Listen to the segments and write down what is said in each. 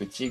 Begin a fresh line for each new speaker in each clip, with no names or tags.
内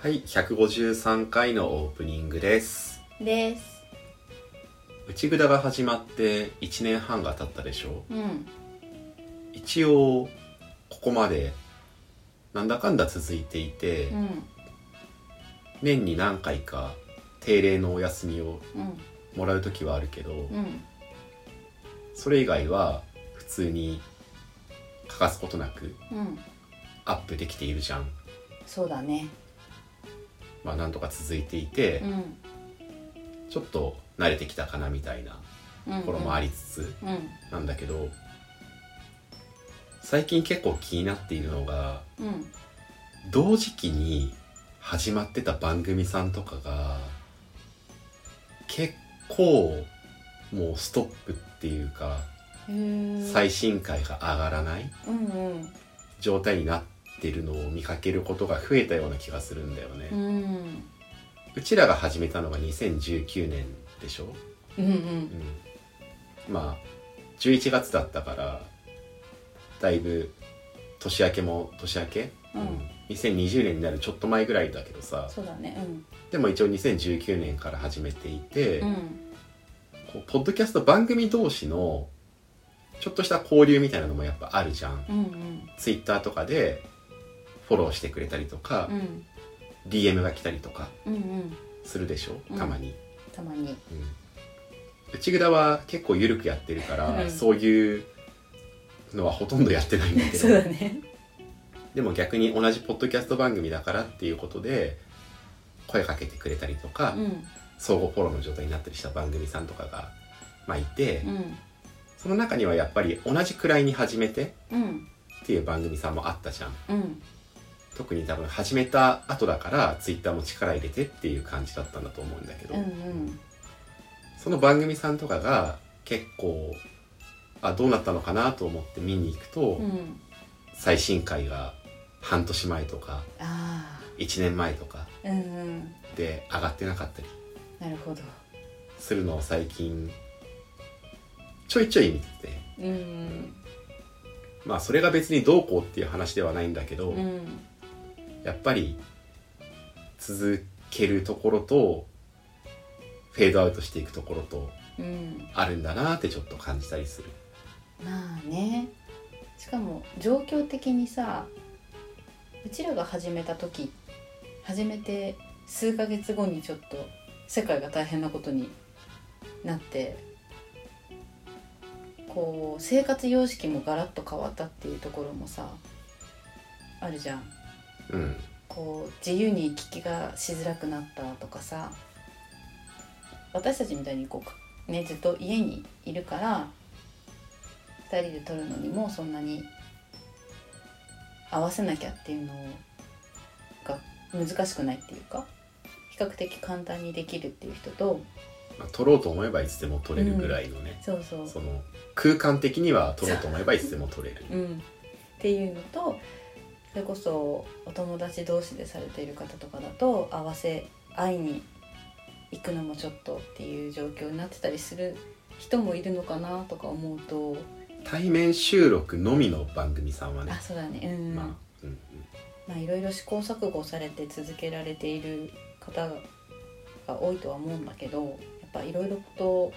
はい153回のオープニングです
です
内ぐだが始まって1年半が経ったでしょ
うん
う一応ここまでなんだかんだ続いていて、
うん
年に何回か定例のお休みを
うん
もらう時はあるけど、
うん
それ以外は普通に欠かすことなく
うん
アップできているじゃん。
そうだね
まあなんとか続いていて
う、ん
ちょっと慣れてきたかなみたいな
うん
ところもありつつ
うん
なんだけど、最近結構気になっているのが
うん
同時期に始まってた番組さんとかが結構もうストップっていうか
うんへー
最新回が上がらない
うんうん
状態になってるのを見かけることが増えたような気がするんだよね、
う
うんちらが始めたのが2019年でしょ、
うんうん
うん、まあ11月だったからだいぶ年明けも年明け、
うん
2020年になるちょっと前ぐらいだけどさ
そうだね
でも一応2019年から始めていて、
うん
こうポッドキャスト番組同士のちょっとした交流みたいなのもやっぱあるじゃん
うんうん
ツイッターとかでフォローしてくれたりとか
う、ん
DM が来たりとか
うんうん
するでしょ
うん
たまに、
たまに
うん内蔵は結構緩くやってるから、
うん
そういうのはほとんどやってないんだけ
そう
ど
だね
でも逆に同じポッドキャスト番組だからっていうことで声かけてくれたりとか、
うん
相互フォローの状態になったりした番組さんとかが、まあ、いて、
うん
その中にはやっぱり同じくらいに始めて
うん
っていう番組さんもあったじゃん
うん
特に多分始めた後だからツイッターも力入れてっていう感じだったんだと思うんだけど、
うんうん
その番組さんとかが結構あどうなったのかなと思って見に行くと、
うん
最新回が半年前とか
あ
1年前とか
あうんうん
で上がってなかったり
なるほど
するのを最近ちょいちょい見てて
うん
まあそれが別にどうこうっていう話ではないんだけど、
うん
やっぱり続けるところとフェードアウトしていくところと
うん
あるんだなってちょっと感じたりする。
まあねしかも状況的にさうちらが始めた時始めて数ヶ月後にちょっと世界が大変なことになってこう生活様式もガラッと変わったっていうところもさあるじゃん。
うん
こう自由に行き来がしづらくなったとかさ私たちみたいにこう、ね、ずっと家にいるから2人で撮るのにもそんなに合わせなきゃっていうのが難しくないっていうか比較的簡単にできるっていう人と
まあ、撮ろうと思えばいつでも撮れるぐらいのね、
そうそう
その空間的には撮ろうと思えばいつでも撮れる。
うん、っていうのとそれこそお友達同士でされている方とかだと合わせ会いに行くのもちょっとっていう状況になってたりする人もいるのかなとか思うと
対面収録のみの番組さんはね
あ、そうだねうん、
まあ
ま、
うんうん、
あいろいろ試行錯誤されて続けられている方が多いとは思うんだけどやっぱいろいろと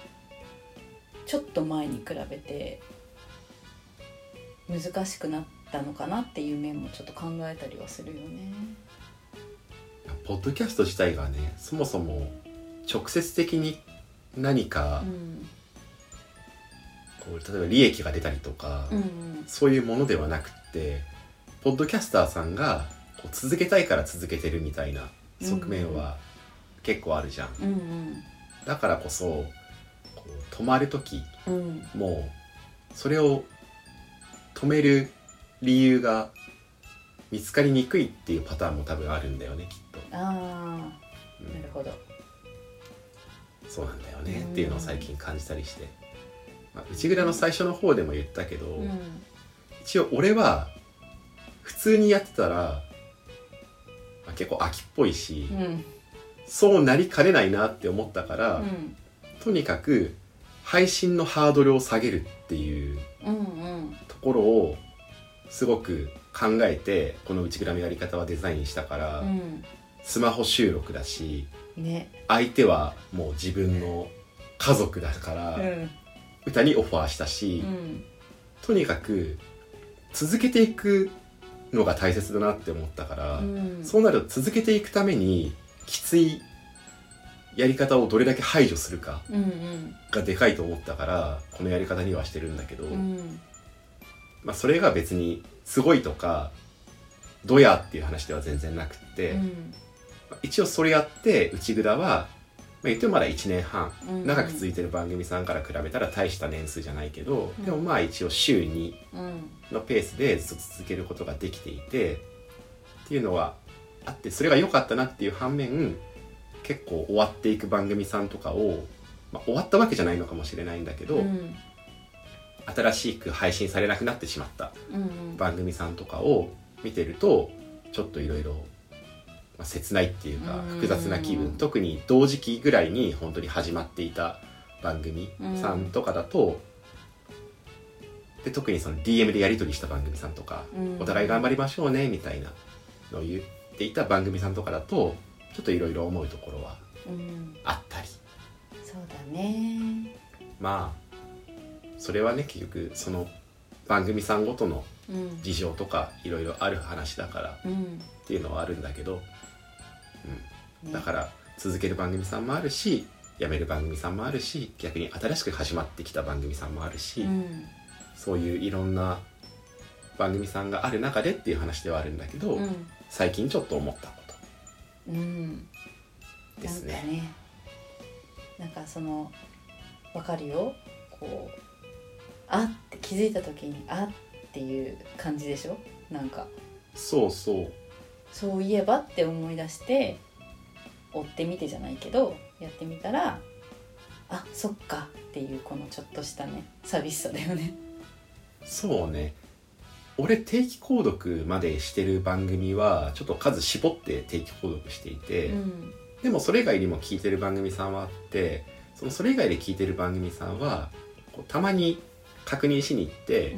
ちょっと前に比べて難しくなったのかなっていう面もちょっと考えたりはするよね。
ポッドキャスト自体がねそもそも直接的に何か
う、ん、
こう例えば利益が出たりとか、
うんうん、
そういうものではなくってポッドキャスターさんがこう続けたいから続けてるみたいな側面は結構あるじゃん、
うんうん
だからこそこう止まる時
うん
もうそれを止める理由が見つかりにくいっていうパターンも多分あるんだよねきっと、
ああ
うん
なるほど。
そうなんだよね
うん
っていうのを最近感じたりして、まあ、内蔵の最初の方でも言ったけど、
うん
一応俺は普通にやってたら、まあ、結構飽きっぽいし、
うん
そうなりかねないなって思ったから、
うん
とにかく配信のハードルを下げるっていう
うんうん
ところをすごく考えてこの内蔵のやり方はデザインしたから、スマホ収録だし
うんね
相手はもう自分の家族だから、
うん
歌にオファーした
う
し、
ん
とにかく続けていくのが大切だなって思ったから、
うん
そうなると続けていくためにきついやり方をどれだけ排除するか
うんうん
がでかいと思ったからこのやり方にはしてるんだけど、
うん
まあ、それが別にすごいとかどやっていう話では全然なくって、
うん
まあ一応それやって内蔵は、まあ、言ってもまだ1年半
うん
長く続いてる番組さんから比べたら大した年数じゃないけど、
うん
でもまあ一応週に
うん
のペースでずっと続けることができていてっていうのはあってそれが良かったなっていう反面結構終わっていく番組さんとかを、まあ、終わったわけじゃないのかもしれないんだけど、
うん
新しく配信されなくなってしまった
うん
番組さんとかを見てるとちょっといろいろまあ切ないっていうか
うん
複雑な気分特に同時期ぐらいに本当に始まっていた番組さんとかだと、で特にその DM でやり取りした番組さんとか、
うん
お互い頑張りましょうねみたいなのを言っていた番組さんとかだとちょっといろいろ思うところは
うん
あったり
そうだね
まあそれはね結局その番組さんごとの
うん
事情とかいろいろある話だから
うん
っていうのはあるんだけど、うん、
ね
だから続ける番組さんもあるし辞める番組さんもあるし逆に新しく始まってきた番組さんもあるし、
うん
そういういろんな番組さんがある中でっていう話ではあるんだけど、
うん
最近ちょっと思ったこと
うん
ですね
なんかねなんかそのわかるよこうあって気づいた時にあっていう感じでしょなんか
そうそう
そういえばって思い出して追ってみてじゃないけどやってみたらあそっかっていうこのちょっとしたね寂しさだよね。
そうね俺定期購読までしてる番組はちょっと数絞って定期購読していて、
うん
でもそれ以外にも聞いてる番組さんはあってそのそれ以外で聞いてる番組さんはこうたまに確認しに行って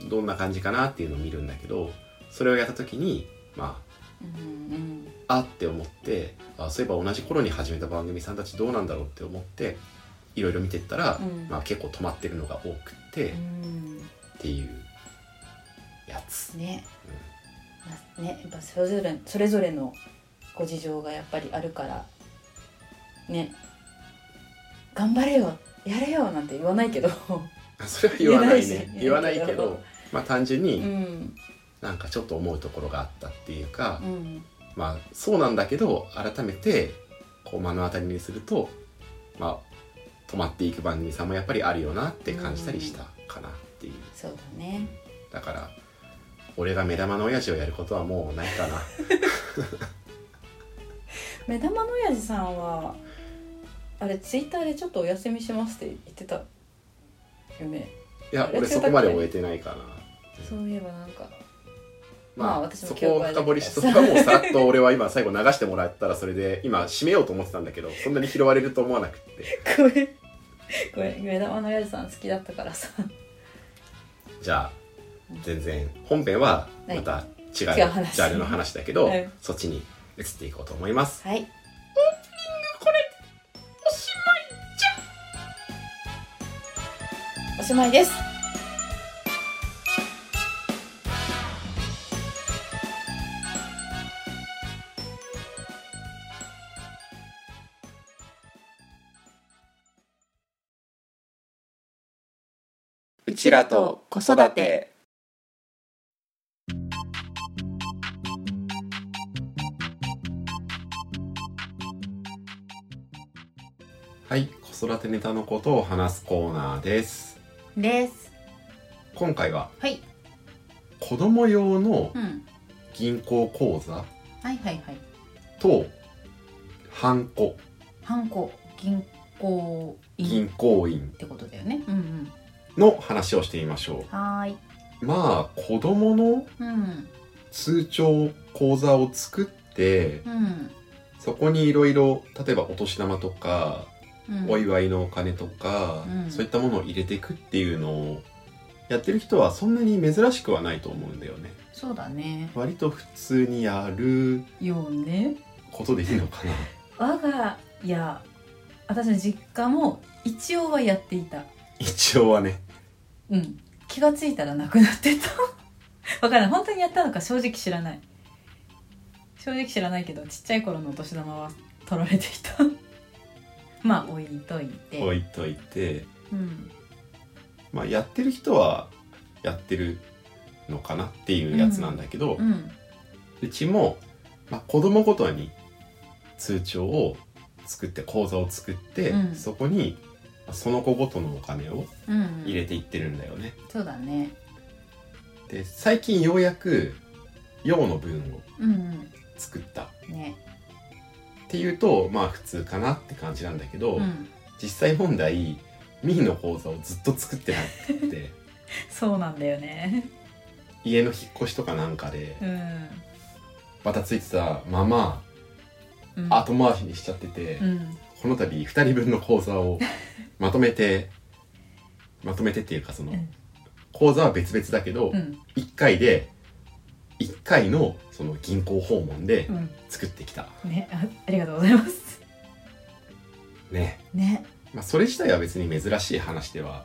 う、ん
どんな感じかなっていうのを見るんだけどそれをやった時にま
うん
ああって思ってあそういえば同じ頃に始めた番組さんたちどうなんだろうって思っていろいろ見てった
う
ら、
ん
まあ、結構止まってるのが多くって、
う
っ
ん
ていうやつ。
ね,、まあねやっぱそれぞれそれぞれのご事情がやっぱりあるからね頑張れよやれよなんて言わないけど
それは言わない
言え
ね
ないし
言わないけ
言えないけ
ど
ど、
まあ、単純
う
に
ん
なんかちょっと思うところがあったっていうか、
うん
まあそうなんだけど改めてこう目の当たりにするとまあ止まっていく番組さんもやっぱりあるよなって感じたりしたかなっていう
そうだね
だから俺が目玉の親父をやることはもうない かな
目玉の親父さんはあれツイッターでちょっとお休みしますって言ってたよね
いや俺そこまで終えてないかな
そういえばなん かま
ま
あ
あ、
私も
そこを深掘りし
記
そ
憶
こ
は
はもうさらっと俺は今最後流してもらったらそれで今締めようと思ってたんだけどそんなに拾われると思わなくって
ごめんごめん目玉の親父さん好きだったからさ
じゃあ全然本編はまた違うジ
違う話
ャンルの話だ けど、
うん
そっちに移っていこうと思います
はいオープニングこれおしまいじゃおしまいです
う
ちらと子育て
はい子育てネタのことを話すコーナーです
です
今回は
はい
子供用の
うん
銀行口座
はいはいはい
とハンコ
ハンコ銀行員っ
銀行員
てことだよねうんうん
の話をしてみましょ
はーいう
まあ子供の
うん
通帳口座を作って
うん
そこにいろいろ例えばお年玉とか
うん
お祝いのお金とか、
うん
そういったものを入れていくっていうのをやってる人はそんなに珍しくはないと思うんだよね
そうだね
割と普通にやる
よね
ことでいいの かな
我が家私の実家も一応はやっていた
一応はね
うん気がついたらなくなってた わからない本当にやったのか正直知らない正直知らないけどちっちゃい頃のお年玉は取られていた まあ置いといて
置いといて、
うん
まあ、やってる人はやってるのかなっていうやつなんだけど、う
うん
ちも、まあ、子供ごとに通帳を作って口座を作って、
うん
そこにまあその子ごとのお金を
うん
入れていってるんだよね。
そうだね
で最近ようやく用の分を
うん
作ったっ
うんね
ていうとまあ普通かなって感じなんだけど、
うん
実際問題ミーの口座をずっと作ってなくって
そうなんだよね
家の引っ越しとかなんかで
うん
バタついてたまま
うん
後回しにしちゃってて、
うん
この度2人分の口座をまとめてまとめてっていうかその
うん
口座は別々だけど、
うん
1回で1回のその銀行訪問で
うん
作ってきた、
ねあありがとうございます
ね。
ね
まあ、それ自体は別に珍しい話では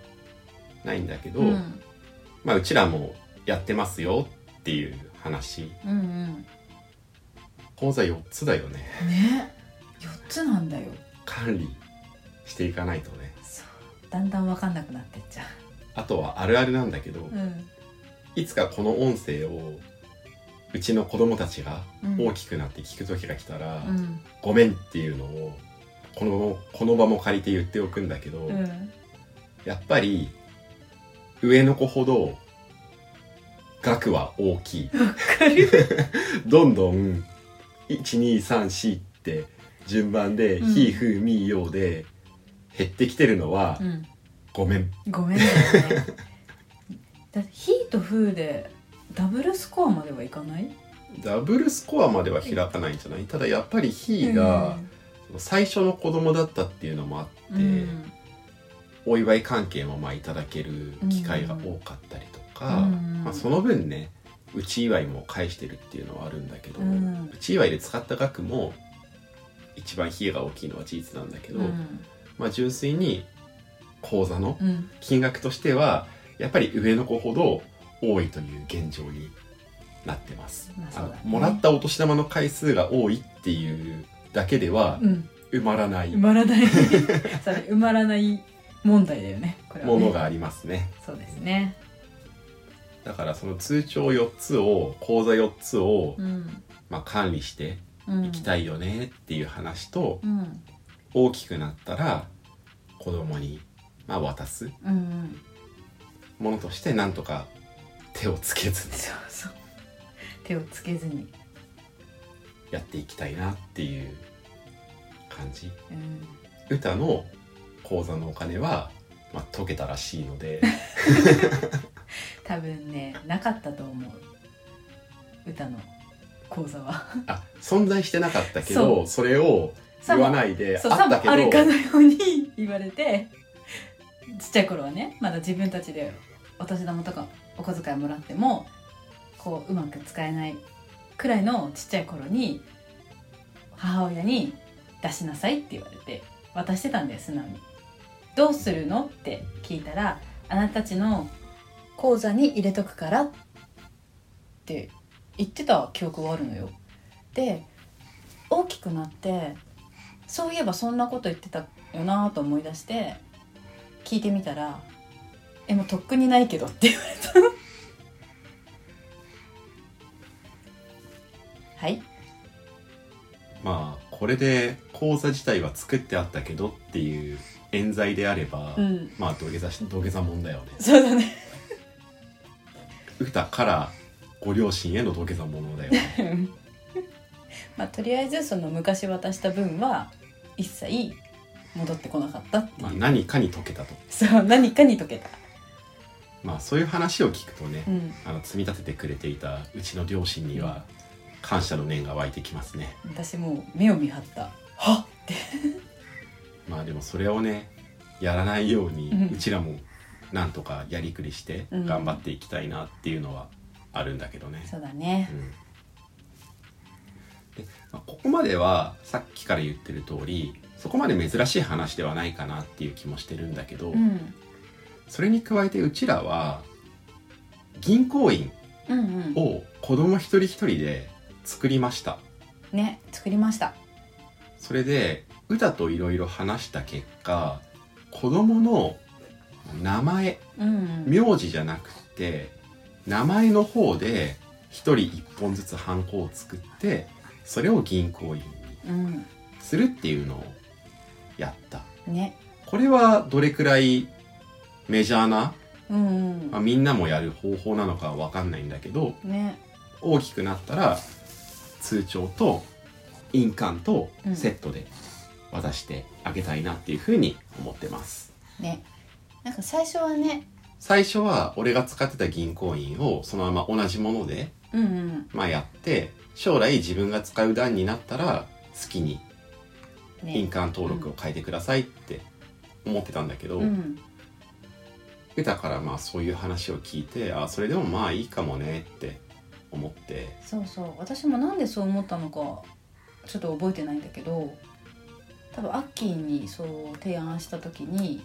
ないんだけど、
うん
まあ、うちらもやってますよっていう話
うんうん
口座4つだよね
ね四つなんだよ
管理していかないとね
そうだんだん分かんなくなってっちゃ
あとはあるあるなんだけど、
ううん
いつかこの音声をうちの子供たちが
うん
大きくなって聞く時が来たら「
うん
ごめん」っていうのをこのこの場も借りて言っておくんだけど、
うん
やっぱり上の子ほど額は大きい
かる
どんどん1234って順番で「
うん
ひーふーみーよう」で減ってきてるのは、
うん
ごめん
ごめんだよねだって「ヒー」と「フー」でダブルスコアまではいかない
ダブルスコアまでは開かないんじゃないただやっぱり「ひー」が最初の子供だったっていうのもあって、
うんうん
お祝い関係もまあいただける機会が多かったりとか、
うん
まあ、その分ねうち祝いも返してるっていうのはあるんだけど、
う
うんち祝いで使った額も一番「ひー」が大きいのは事実なんだけど、
うん
まあ、純粋に口座の
うん
金額としてはやっぱり上の子ほど多いという現状になってます、
まあそうだね
のもらったお年玉の回数が多いっていうだけでは
うん
埋まらない
埋まらないそれ埋まらない問題だよねこれはね
ものがありますね
そうですね
だからその通帳4つを口座4つを、
うん
まあ、管理して
うん
いきたいよねっていう話と、
うん
大きくなったら子供にまあ渡す
うんうん
ものとしてなんとか手をつけずに
そうそう手をつけずに
やっていきたいなっていう感じ
うん
歌の口座のお金は、まあ、溶けたらしいの で
多分ねなかったと思う歌の講座は
あ存在してなかったけどそれを言わないで
そう
あ
さ
っ
も
たけ
あるかの
ど
ように言われてちっちゃい頃はねまだ自分たちでお年玉とかお小遣いもらってもこううまく使えないくらいのちっちゃい頃に母親に「出しなさい」って言われて渡してたんだよ素直に。どうするのって聞いたら「あなたたちの口座に入れとくから」って言ってた記憶があるのよ。で大きくなってそういえばそんなこと言ってたよなと思い出して聞いてみたらえもうとっくにないけどって言われた はい
まあこれで講座自体は作ってあったけどっていう冤罪であれば、
うん
まあ土下座し土下座もんだよね
そうだね
歌からご両親への土下座ものだよね
まあとりあえずその昔渡した分は一切戻ってこなかったっていう、
まあ何かに溶けたと
そう何かに溶けた
まあそういう話を聞くとね、
うん
あの積み立ててくれていたうちの両親には感謝の念が湧いてきますね
私もう目を見張ったはっって
まあでもそれをねやらないように、
う
うんちらもなんとかやりくりして
うん
頑張っていきたいなっていうのはあるんだけどね、
そうだね
うんでまあここまではさっきから言ってる通りそこまで珍しい話ではないかなっていう気もしてるんだけど、
うん
それに加えてうちらは銀行員
うんうん
を子供一人一人で作りました
ね作りました
それで歌といろいろ話した結果子供の名前
うん
名字じゃなくて名前の方で1人1本ずつハンコを作ってそれを銀行員に
うん
するっていうのをやった
ね
これはどれくらいメジャーな、
うんう
まあ、みんなもやる方法なのかは分かんないんだけど
んね
大きくなったら通帳と印鑑とセットで渡してあげたいなっていうふうに思ってます、
ねなんか最初はね
最初は俺が使ってた銀行員をそのまま同じもので、
うんうん
まあ、やって将来自分が使う段になったら好きに印
ね
鑑登録を変えてくださいって思ってたんだけど、
うん
だからまあそういう話を聞いてあそれでもまあいいかもねって思って
そうそう私もなんでそう思ったのかちょっと覚えてないんだけど多分アッキーにそう提案した時に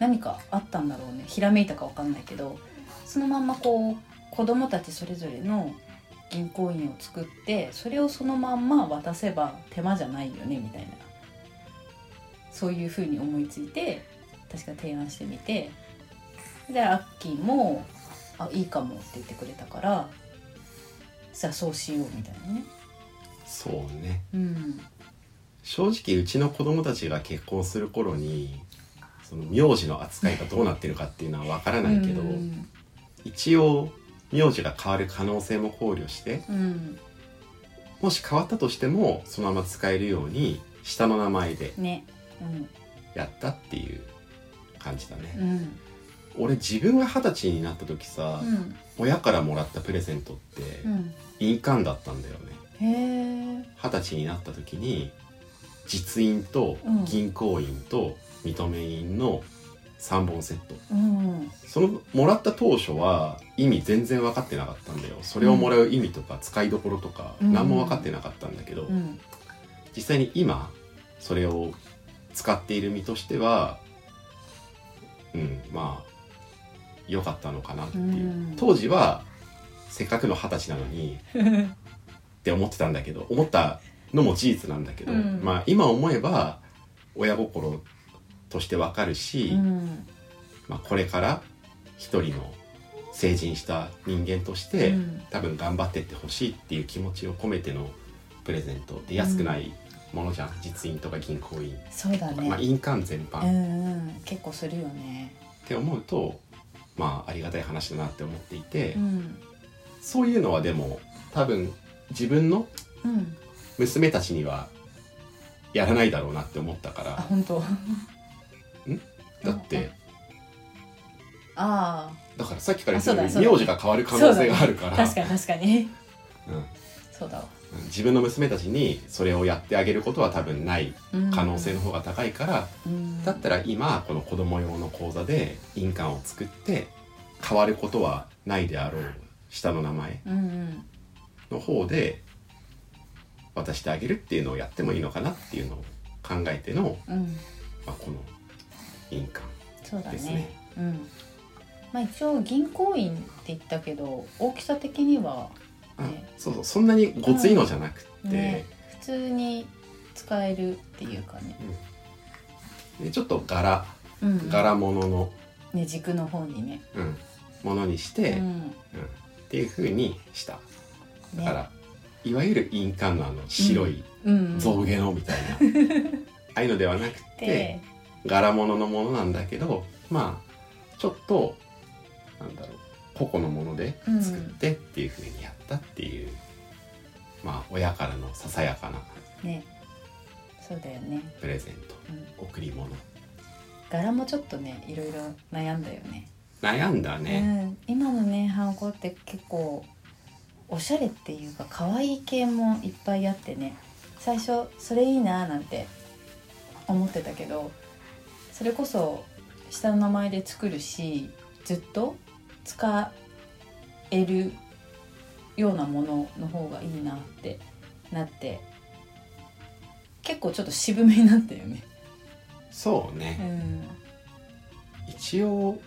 何かあったんだろうねひらめいたかわかんないけどそのまんまこう子供たちそれぞれの銀行員を作ってそれをそのまんま渡せば手間じゃないよねみたいなそういうふうに思いついて確か提案してみてでアッキーも「あいいかも」って言ってくれたからじゃあそうしようみたいなね
そうね
うん
正直うちの子供たちが結婚する頃にその名字の扱いがどうなってるかっていうのは分からないけど、
うん
一応名字が変わる可能性も考慮して
うん
もし変わったとしてもそのまま使えるように下の名前で
ねうん
やったっていう感じだ
う
ね、
ん
俺自分が二十歳になった時さ、
うん
親からもらったプレゼントって
うん
印鑑だったんだよね
へえ
二十歳になった時に実印と
うん
銀行員と認め印の3本セット
うん
そのもらった当初は意味全然分かってなかったんだよそれをもらう意味とか使いどころとか
うん
何も分かってなかったんだけど、
うん
実際に今それを使っている身としてはうんまあ良かったのかなっていう、
うん
当時はせっかくの二十歳なのにって思ってたんだけど思ったのも事実なんだけど、
うん
まあ今思えば親心としてわかるし、
うん
まあ、これから一人の成人した人間として、
うん
多分頑張ってってほしいっていう気持ちを込めてのプレゼントで安くないものじゃん、実印とか銀行員、
そうだ
まあ、
ね
印鑑全
う
般っ
んうん結構するよね
て思うと、まあありがたい話だなって思っていて、
うん
そういうのはでも多分自分の
うん
娘たちにはやらないだろうなって思ったか
あ
ら
本当
だって
あ
だからさっきから言
あ
って
そ
る
うだ
ように名字が変わる可能性があるか
あ
ら
確かに確かに
うん
そうだわ
自分の娘たちにそれをやってあげることは多分ない
うん
可能性の方が高いから、
うん
だったら今この子供用の講座で印鑑を作って変わることはないであろう下の名前
うんうん
の方で渡してあげるっていうのをやってもいいのかなっていうのを考えての、
うん
まあ、この印鑑
そうだ
で
ね
すね
うんまあ一応銀行員って言ったけど大きさ的には
あ
ね
そうそうそんなにごついのじゃなくて、
ね普通に使えるっていうかね、
でちょっと柄
うん、
柄物の
ね軸の方にね。
うん、ものにし
う
て、うん
ん
っていう風にしただ
ね
から、いわゆる印鑑のあの白い
うんうん
象牙のみたいな、ああいうのではなくて
で
柄物のものなんだけどまあちょっとなんだろう個々のもので
うん
作ってっていう風にやったっていう、まあ親からのささやかな
ねそうだよね、
プレゼント
うん、
贈り物
柄もちょっとねいろいろ悩んだよね
悩んだね、
うん、今のねハンコって結構おしゃれっていうか可愛い系もいっぱいあってね最初それいいななんて思ってたけどそれこそ下の名前で作るしずっと使えるようなものの方がいいなってなって結構ちょっと渋めになったよね。
そうね、
うん
一応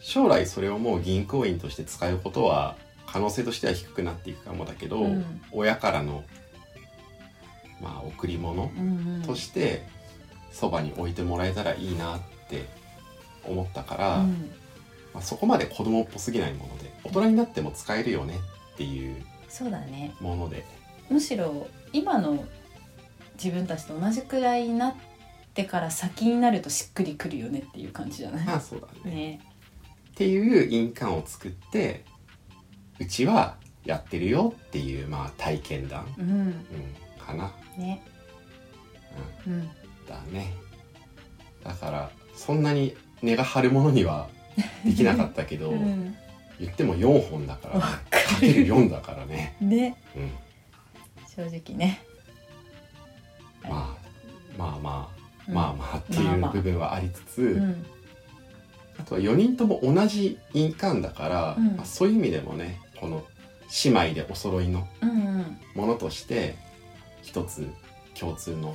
将来それをもう銀行員として使うことは可能性としては低くなっていくかもだけど、
うん
親からのまあ贈り物
うんうん
としてそばに置いてもらえたらいいなって思ったから、
うん
まあ、そこまで子供っぽすぎないもので大人になっても使えるよねっていう
そうだね
もので
むしろ今の自分たちと同じくらいになってから先になるとしっくりくるよねっていう感じじゃ
ま
な
あそうだ
い
ね
ね
っていう印鑑を作ってうちはやってるよっていうまあ体験談、
うん
うん、かな。
ね
うん
うん
だねだからそんなに根が張るもの にはできなかったけど、
うん
言っても4本だからね
わか
かける4だからね、
ね
うん、
正直ね
まあまあまあ、
うん
まあまあって
まあ
い
ま
う
あ
部分はありつつ、
うん
あとは4人とも同じ印鑑だから、
うん
まあ、そういう意味でもねこの姉妹でお揃いの
うんうん
ものとして一つ共通の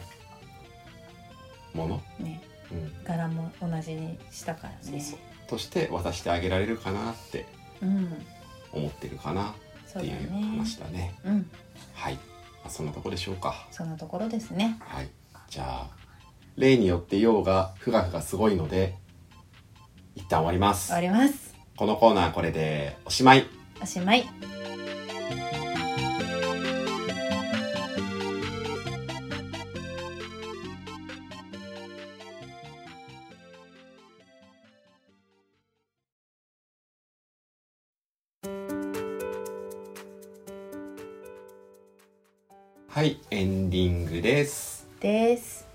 もの、
ね
うん、
柄も同じにしたからね
そうそうとして渡してあげられるかなって
うん
思ってるかな
そ
っ
う
て
だ
い
ね
う話だね。
うん
はい、まあ、そんなとこでしょうか。
そんなところですね
はい、じゃあ例によって用がふがふがすごいので一旦終わります
終わ。ります
このコーナーこれでおしまい。
おしまい
はい、エンディングです。
です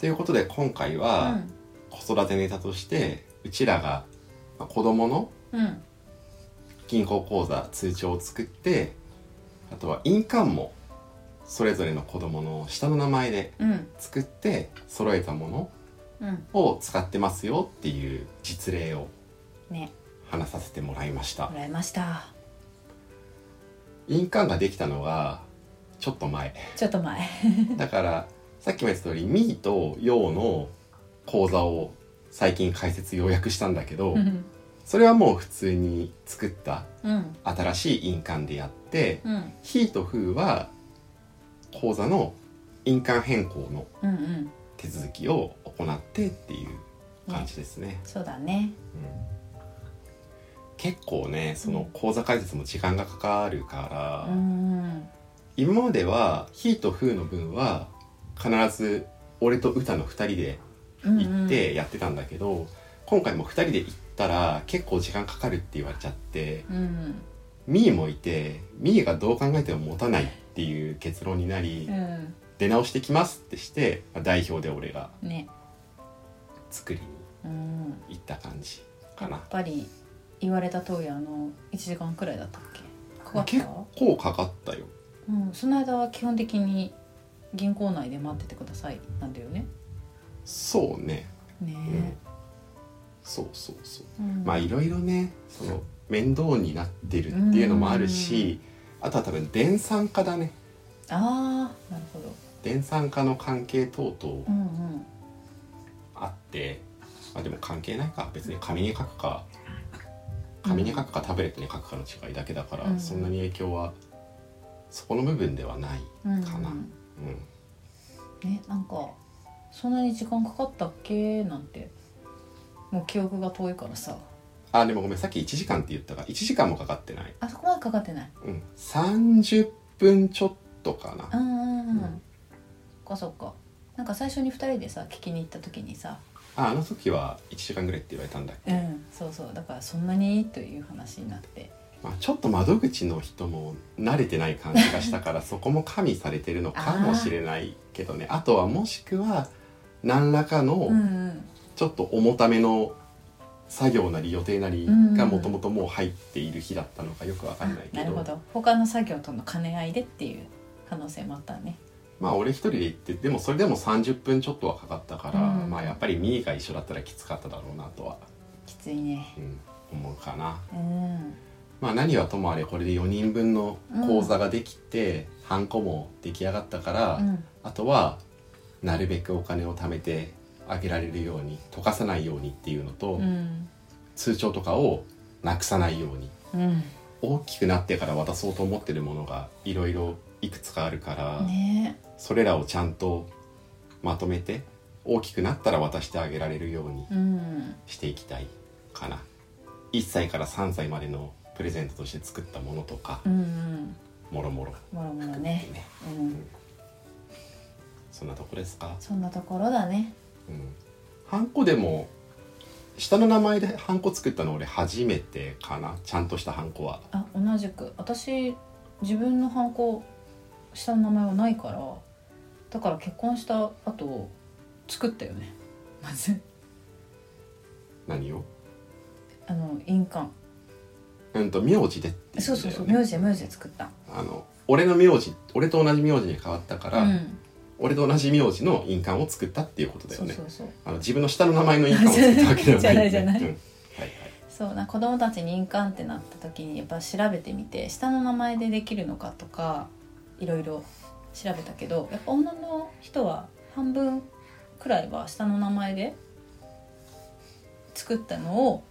ということで今回
う
は
ん
子育てネタとしてうちらがまあ子供の
うん
銀行口座通帳を作ってあとは印鑑もそれぞれの子供の下の名前で
うん
作って揃えたもの
うん
を使ってますよっていう実例を
ね
話させてもらいました
もらいました
印鑑ができたのがちょっと前
ちょっと前
だからさっきも言った通りミーとヨウの講座を最近解説要約したんだけど
うん
それはもう普通に作った
うん
新しい印鑑でやって
うん
ヒーとフーは講座の印鑑変更の
うんうん
手続きを行ってっていう感じですね。
そうだね
結構ねその講座解説も時間がかかるか
う
ら、
ん
今までは「ヒーと「フー」の分は必ず俺と歌の2人で
うん
行ってやってたんだけど、今回も2人で行ったら結構時間かかるって言われちゃって
うん
ミーもいてミーがどう考えても持たないっていう結論になり、
うん
出直してきますってしてまあ代表で俺が
ね
作りに
うん
行った感じ
や
か
っ
な。
ぱり言われた通りあの一時間くらいだったっけかかった
結構かかったよ。
うんその間は基本的に銀行内で待っててくださいなんだよね
そうね。うん
ね
そうそうそう。
うん
まあいろいろねその面倒になってるっていうのもあるし、あとは多分電産化だね
あーなるほど
電産化の関係等々
うんうん
あって、まあでも関係ないか別に紙に書くか紙に書くかタブレットに書くかの違いだけだから、
うん
そんなに影響はそこの部分ではない、
うん
かなうん、
ねなんかそんなに時間かかったっけなんてもう記憶が遠いからさ
あでもごめんさっき1時間って言ったから1時間もかかってない
あそこまでかかってない
うん30分ちょっとか
う
なん
うんうん、そ
うん
っかそっかなんか最初に2人でさ聞きに行った時にさ
ああの時は1時間ぐらいって言われたんだっけ、
うんそうそうだからそんなにという話になって
まあ、ちょっと窓口の人も慣れてない感じがしたか らそこも加味されてるのかもしれないけどねあとはもしくは何らかの
うんうん
ちょっと重ための作業なり予定なり
うん
がもともともう入っている日だったのかよくわかんないけ
なる
ど
ほど他の作業との兼ね合いでっていう可能性もあったね
まあ俺一人で行ってでもそれでも30分ちょっとはかかったから、
うん
まあやっぱり三重が一緒だったらきつかっただろうなとは、
きついね
うん、思うかな。
うん
まあ何はともあれこれで4人分の講座ができて、ハンコも出来上がったから、
うん
あとはなるべくお金を貯めてあげられるように溶かさないようにっていうのと、
うん
通帳とかをなくさないように
うん
大きくなってから渡そうと思ってるものがいろいろいくつかあるから、
ね
それらをちゃんとまとめて大きくなったら渡してあげられるように
えうん
していきたいかな1歳から3歳までのプレゼントとして作ったものとか
うんうん
もろもろ
もろもろ
含め
ね
てね
うん
そんなとこですか、
そんなところだね
うん、ハンコでも下の名前でハンコ作ったの俺初めてかなちゃんとしたハンコは
あ同じく私自分のハンコ下の名前はないからだから結婚した後作ったよねまず
何を
あの印鑑
うんと名字でって言
そ
ん
う
だよ
そうそう
ね
名字で名字で作った
あの俺の名字俺と同じ名字に変わったから、
うん
俺と同じ名字の印鑑を作ったっていうことだよ
そう
ね
そうそう
あの自分の下の名前の印鑑を作ったわけではな
じゃな
い
いじゃない
うんはいはい
そうな子供たちに印鑑ってなった時にやっぱ調べてみて下の名前でできるのかとかいろいろ調べたけどやっぱ女の人は半分くらいは下の名前で作ったのを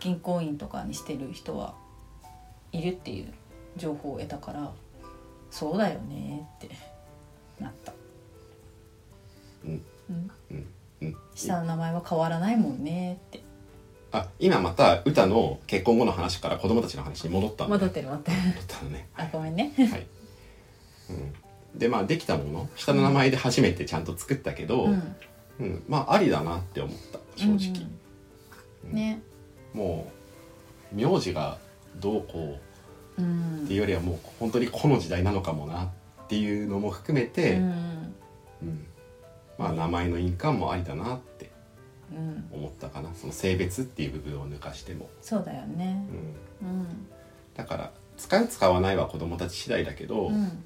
銀行員とかにしてる人はいるっていう情報を得たからそうだよねってなった、
うん
うん
うんうん
下の名前は変わらないもんねって
あ今また歌の結婚後の話から子供たちの話に戻ったのね
戻ってる戻ってる
戻ったのね
あごめんね
はい、うん、でまあできたもの下の名前で初めてちゃんと作ったけど、うん
ん、
まあありだなって思った正直、
うんね
もう名字がどうこ
う
うんっていうよりはもう本当にこの時代なのかもなっていうのも含めて、
うん
うんまあ名前の印鑑もありだなって
うん、
思ったかなその性別っていう部分を抜かしても、
そうだよね
う、ん、
うん
だから使う使わないは子供たち次第だけど、
う
うん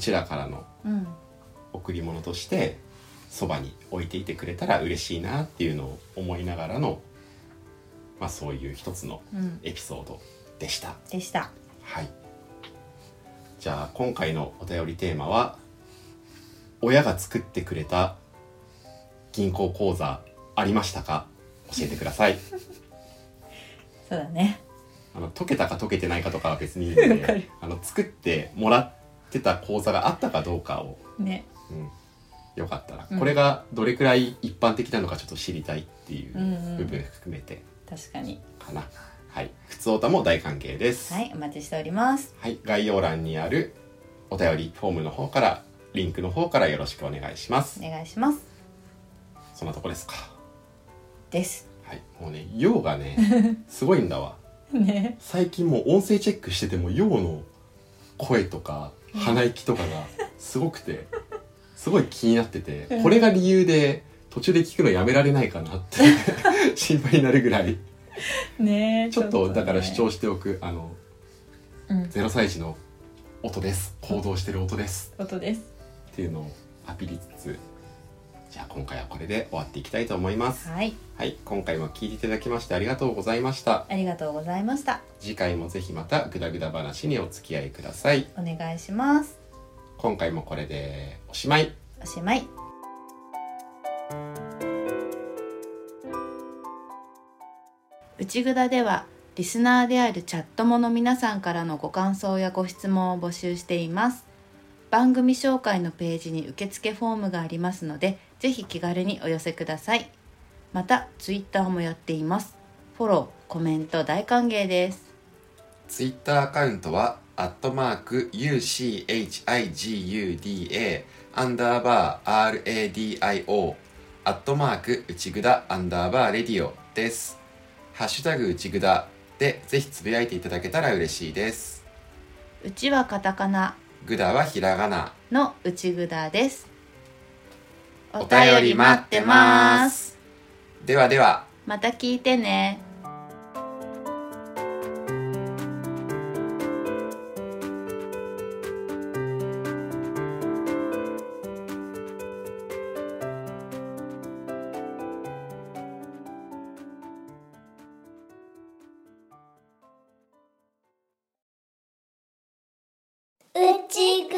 ちらからの
うん、
贈り物としてそばに置いていてくれたら嬉しいなっていうのを思いながらのまあそういう一つの
うん、
エピソードでした
でした
はいじゃあ今回のお便りテーマは「親が作ってくれた銀行口座ありましたか?」教えてくだ さい
そうだね
あの解けたか解けてないかとかは別にいいんで
わかる
あの作ってもらってた口座があったかどうかを
ね
うんよかったら、
うん
これがどれくらい一般的なのかちょっと知りたいっていう部分含めて
確かに
かな、はい普通歌も大歓迎です、
はいお待ちしております
はい概要欄にあるお便りフォームの方からリンクの方からよろしくお願いします、
お願いします
そんなとこですか
です
はいもうね用がねすごいんだわ
ね
最近もう音声チェックしてても用の声とか鼻息とかがすごくてすごい気になっててこれが理由で途中で聞くのやめられないかなって心配になるぐらい
ね
ちょっとだから主張
し、
しておくあの
うん、
0歳児の音です行動してる音です
ことです
っていうのをアピりつつじゃあ今回はこれで終わっていきたいと思います
はい
はい今回も聞いていただきましてありがとうございました
ありがとうございました
次回もぜひまたグダグダ話にお付き合いください
お願いします
今回もこれでおしまい
おしまい内ぐだではリスナーであるチャットもの皆さんからのご感想やご質問を募集しています番組紹介のページに受付フォームがありますのでぜひ気軽にお寄せくださいまたツイッターもやっていますフォローコメント大歓迎です
ツイッターアカウントは、アットマーク UCHIGUDA アンダーバー RADIO アットマーク内ぐだアンダーバーレディオです。ハッシュタグ内ぐだでぜひつぶやいていただけたら嬉しいです。
うちはカタカナ
ぐだはひらがな。
の内ぐだですお
便り待ってますではでは。
また聞いてね
うちぐ